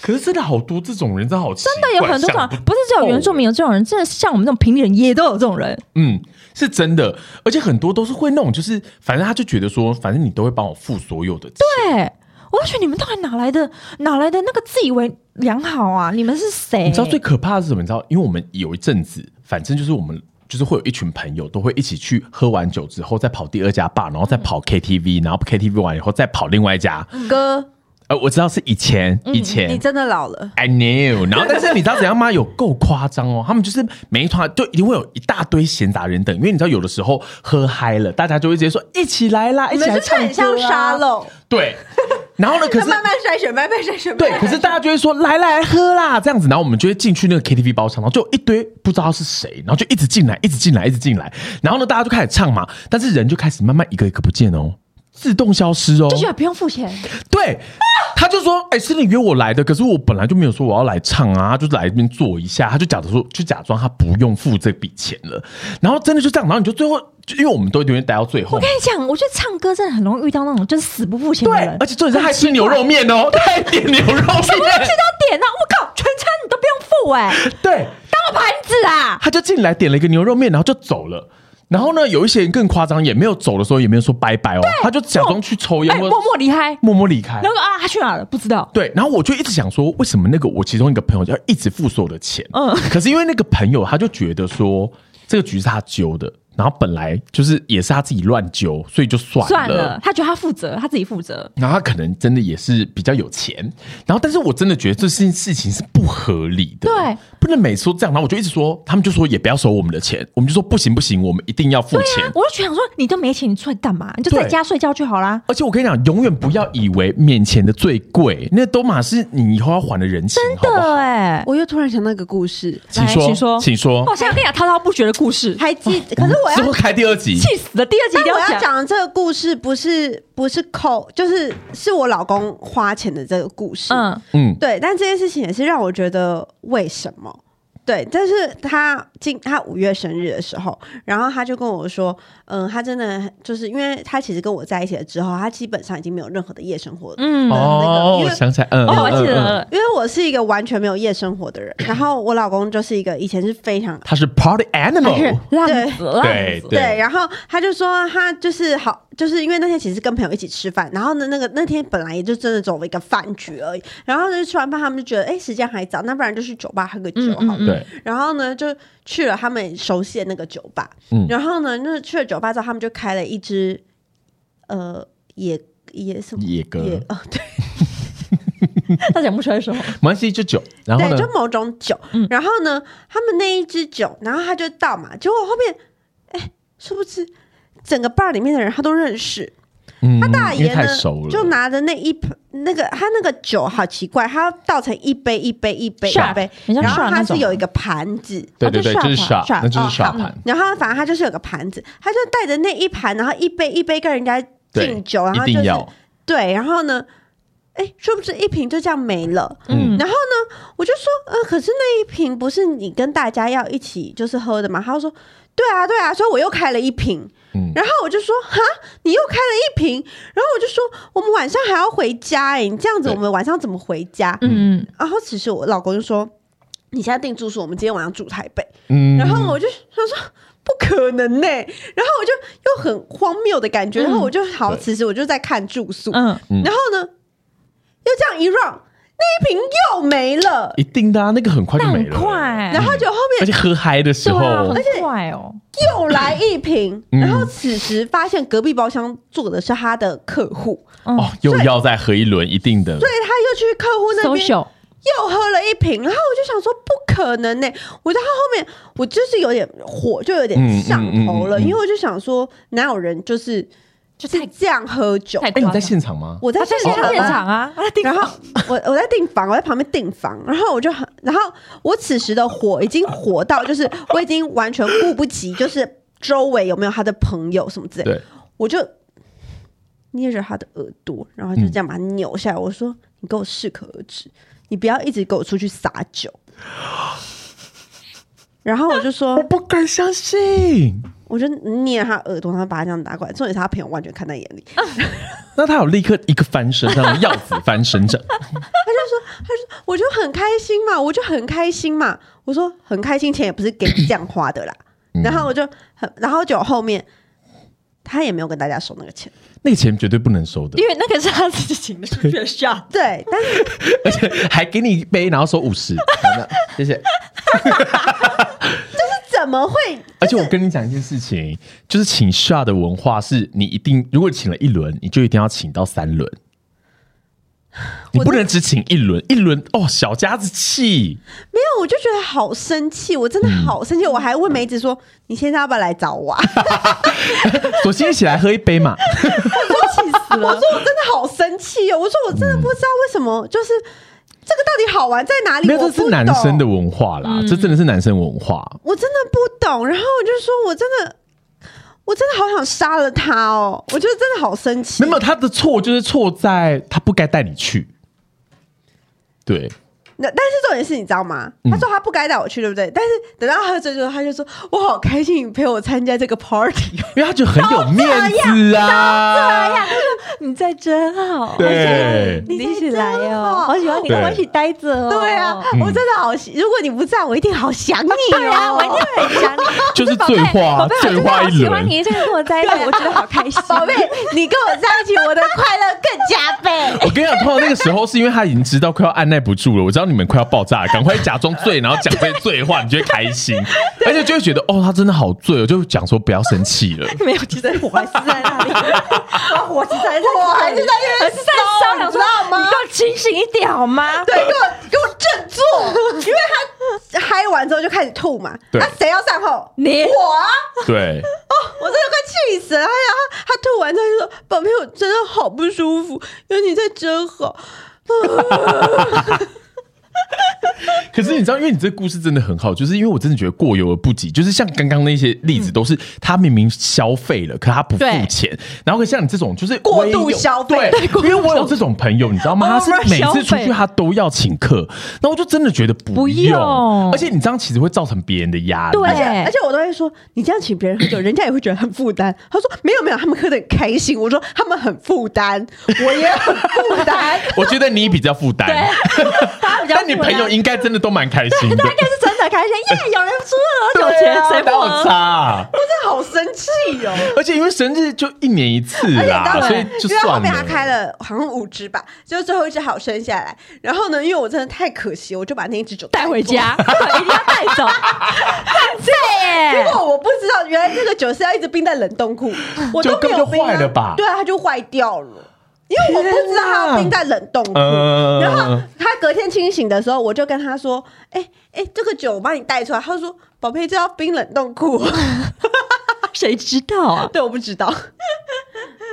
可是真的好多这种人，真的好奇真的有怪很多种想人不，不是只有原住民有这种人，真的像我们这种平地人也都有这种人。嗯，是真的，而且很多都是会那种，就是反正他就觉得说，反正你都会帮我付所有的钱，对，我就觉得你们到底哪来的哪来的那个自以为良好啊？你们是谁？你知道最可怕的是什么？你知道，因为我们有一阵子，反正就是我们就是会有一群朋友都会一起去喝完酒之后，再跑第二家吧，然后再跑 KTV，、然后 KTV 完以后再跑另外一家。嗯哥，呃，我知道是以前以前。你真的老了。 I knew，然后但是你知道怎样吗？有够夸张哦！他们就是每一团就一定会有一大堆闲杂人等，因为你知道有的时候喝嗨了，大家就会直接说一起来啦，一你起们来是不是唱歌、啊。很像沙漏？对，然后呢？可 那是慢慢筛选，慢慢筛选。对，慢慢可是大家就会说来来喝啦这样子，然后我们就会进去那个 KTV 包厢，然后就一堆不知道是谁，然后就一直进来，一直进来，一直进来，然后呢，大家就开始唱嘛，但是人就开始慢慢一个一个不见哦，自动消失哦就，觉得不用付钱，哎对。他就说：“哎、是你约我来的，可是我本来就没有说我要来唱啊，他就来这边坐一下。”他就假装说，就假装他不用付这笔钱了。然后真的就这样，然后你就最后，就因为我们都永远待到最后我嘛跟，你讲，我觉得唱歌真的很容易遇到那种就是死不付钱的对人，，而且重点是还吃牛肉面哦，他还点牛肉什么东面西，都点到，啊我靠，全餐你都不用付哎、对，当我盘子啊！他就进来点了一个牛肉面，然后就走了。然后呢，有一些人更夸张，也没有走的时候，也没有说拜拜哦，他就假装去抽烟，哎，或默者默离开，默默离开然。后啊，他去哪了？不知道。对，然后我就一直想说，为什么那个我其中一个朋友要一直付所有的钱？嗯嗯，可是因为那个朋友他就觉得说这个局是他揪的，然后本来就是也是他自己乱揪，所以就算了。算了，他觉得他负责，他自己负责。然后他可能真的也是比较有钱，然后但是我真的觉得这件事情是不合理的，对，不能每次都这样。然后我就一直说，他们就说也不要收我们的钱，我们就说不行不行，我们一定要付钱。我就想说，你都没钱，你出来干嘛？你就在对家睡觉就好啦。而且我跟你讲，永远不要以为免钱的最贵，那都马是你以后要还的人情，好不好？对，哎，我又突然想到一个故事，请来说，请说哦请说。我现在跟你讲滔滔不绝的故事，还记？可是我哦之后要，嗯开第二集，气死了。第二集一但定我要讲。讲的这个故事不是不是扣，就是是我老公花钱的这个故事。嗯，嗯，嗯，对。但这件事情也是让我觉得为什么？对，但是他今他五月生日的时候，然后他就跟我说，嗯，他真的就是因为他其实跟我在一起了之后，他基本上已经没有任何的夜生活，嗯的那哦个，因我为想起来，嗯，哦，我嗯记得，嗯嗯了。因为我是一个完全没有夜生活的人，然后我老公就是一个以前是非常他是 Party 但是 Animal，烂死对了，烂死了呃对对，然后他就说他就是好，就是因为那天其实跟朋友一起吃饭，然后呢，那个那天本来也就真的走了一个饭局而已，然后呢吃完饭他们就觉得哎时间还早，那不然就去酒吧喝个酒好了。嗯对，然后呢，就去了他们熟悉的那个酒吧。嗯然后呢，那去了酒吧之后，他们就开了一支呃野野什么野哥野哦对他讲不出来什么。没关系，就酒，然后对，呢嗯就，某种酒。然后呢，他们那一支酒，然后他就倒嘛，结果后面哎，殊不知整个 bar 里面的人他都认识。嗯他大因为爷太呢熟了，就拿着那一盆那个他那个酒好奇怪，他要倒成一杯一杯一杯 Shot，一杯，很像然后 shot 他那种是有一个盘子，对对对，哦就就是是耍耍，那就是耍耍盘，然后反正他就是有个盘子，他就带着那一盘，然后一杯一杯跟人家对，敬酒，然后一就定是要，对，然后呢，哎，殊不知一瓶就这样没了。嗯嗯，然后呢，我就说，呃，可是那一瓶不是你跟大家要一起就是喝的吗？他就说，对啊，对啊，所以我又开了一瓶。嗯然后我就说，哈，你又开了一瓶。然后我就说，我们晚上还要回家哎、你这样子对我们晚上怎么回家？嗯，然后其实我老公就说，你现在订住宿，我们今天晚上住台北。嗯然后我就想说不可能呢、欸然后我就又很荒谬的感觉，然后我就好，嗯对其实我就在看住宿，嗯，然后呢又这样一 run，那一瓶又没了，一定的啊，那个很快就那没很了，快，然后就后而面且喝嗨的时对候，啊，很快哦，又来一瓶，嗯然后此时发现隔壁包厢坐的是他的客户，嗯哦，又要再喝一轮，一定的，所以他又去客户那边 social 又喝了一瓶，然后我就想说不可能呢、我到后面我就是有点火，就有点上头嗯嗯了，嗯嗯嗯因为我就想说哪有人就是就是这样喝酒。太哎，夸你张在现场吗？啊我在他在现啊场啊，然后我我在订房，我在旁边订房，然后我就很，然后我此时的火已经火到，就是我已经完全顾不及，就是周围有没有他的朋友什么之类的，对，我就捏着他的耳朵，然后就这样把他扭下来。我说：“你给我适可而止，你不要一直给我出去撒酒。”然后我就说我，不敢相信。我就捏他耳朵，然后把他这样打过来。重点是他朋友完全看在眼里，那他有立刻一个翻身，这样要子翻身这样。 我就很开心嘛，我就很开心嘛。我说很开心，钱也不是给你这样花的啦。然后我就很，然后就后面他也没有跟大家收那个钱，那个钱绝对不能收的，因为那个是他自己请的学校，对，但 是而且还给你一杯，然后收五十，好的谢谢。怎么会？而且我跟你讲一件事情，就是请 shot 的文化是你一定，如果请了一轮，你就一定要请到三轮，你我不能只请一轮，一轮哦，小家子气。没有，我就觉得好生气，我真的好生气，我还问梅子说：“你现在要不要来找我、 啊？”索性一起来喝一杯嘛。气死了！我说我真的好生气哦，我说我真的不知道为什么，就是这个到底好玩在哪里？没有，我这不是男懂生的，文化啦，这真的是男生文化。我真的不懂。然后我就说，我真的，我真的好想杀了他哦！我觉得真的好生气。那么他的错就是错在他不该带你去。对，那但是重点是，你知道吗？他说他不该带我去，对不对？但是等到他喝醉之后，他就说：“我好开心，你陪我参加这个 party。”哦因为他就很有面子啊。你在真好，对，你你一起在来真哦好，我喜欢你，对跟我一起待着哦，对啊，我真的好喜，如果你不在，我一定好想你哦。对啊，我一定很想你，就是醉话宝贝，醉话我一真的好喜欢轮。你，这个跟我在一啊起，我觉得好开心，宝贝，你跟我在一起，我的快乐更加倍。 我跟你讲，通常那个时候是因为他已经知道快要按耐不住了，我知道你们快要爆炸了，赶快假装醉，然后讲这些醉话，你就会开心，而且就会觉得哦，他真的好醉，哦，就讲说不要生气了。没有，其实我还是在那里，我其实还在， 我还是在那还边是在烧，你想知说道你吗给？我清醒一点好吗？对，给我给我振作，因为他嗨完之后就开始吐嘛。对那谁要善后？你我啊！对，我真的快气死了！哎呀，他他吐完之后就说：“宝贝，我真的好不舒服，有你在真好。可是你知道，因为你这个故事真的很好，就是因为我真的觉得过犹而不及，就是像刚刚那些例子，都是他明明消费了，可他不付钱，然后可像你这种就是过唯度有消费对，因为我有这种朋友，你知道吗？他 Over 是每次出消费去他都要请客，那我就真的觉得不不用，用而且你这样其实会造成别人的压力，对”而且我都会说：“你这样请别人喝酒，人家也会觉得很负担。”他说：“没有没有，他们喝的很开心。”我说：“他们很负担，我也很负担。 我觉得你比较负担，他比较但你朋友应该真的都蛮开 心的他应。该啊是真的开心，耶！有人出了喝酒对钱，啊谁不哪有喝差？啊？”我真的好生气哦！而且因为生日就一年一次啦，而啊所以且就因为后算面他开了。了好像五只吧，就最后一只好生下来。然后呢，因为我真的太可惜，我就把那一只酒带回走。家， 一定要带走， 很醉哎结耶！果我不知道，原来这个酒是要一直冰在冷 冻库，我都就没根本有就冰、啊、坏了吧对啊，它就坏掉了，因为我不知道它要冰在冷冻库。嗯然后他隔天清醒的时候，我就跟他说：“哎、哎、这个酒我帮你带出来。”他说：“宝贝，这要冰冷 冻库。谁知道啊”？对，我不知道，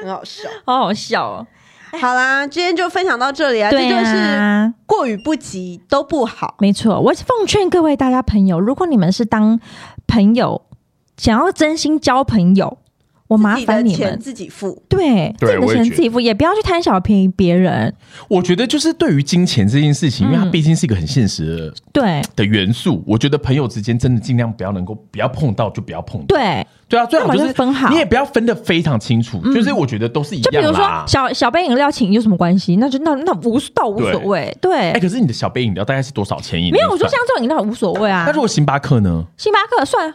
很好笑。好好笑哦！哎好啦，今天就分享到这里啊，这就是啊，过于不及都不好。没错。我奉劝各位大家朋友，如果你们是当朋友，想要真心交朋友，我麻自己的烦你钱们。自己付，对，对自己的我也钱觉得自己付，也不要去贪小便宜别人。我觉得就是对于金钱这件事情，因为它嗯毕竟是一个很现实的对的元素，我觉得朋友之间真的尽量不要能够不要碰到就不要碰到。对，对啊，最好就那是把它分好嗯你也不要分的非常清楚，就是我觉得都是一就比样如啦说。小小杯饮料请有什么关系？那就那那无倒无所谓。对哎，，可是你的小杯饮料大概是多少钱一？没有，我说像这种饮料无所谓啊那。如果星巴克呢？星巴克算 了，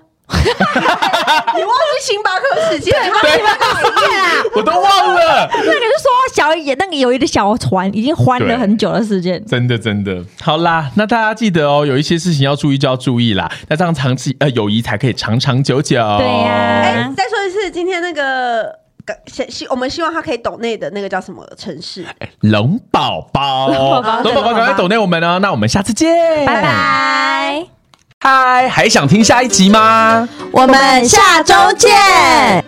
你忘记星巴克事件了？ 对，我都忘了，那个就说小也那个友谊的小船已经欢了很久的时间。真的真的。好啦，那大家记得哦，有一些事情要注意就要注意啦，那这样长期呃友谊才可以长长久久。对呀哎、再说一次，今天那个呃希希，我们希望他可以懂内的那个叫什么城市？龙宝宝，龙宝宝宝宝赶快抖内我们哦，那我们下次见，拜。拜，嗨，还想听下一集吗？我们下周见。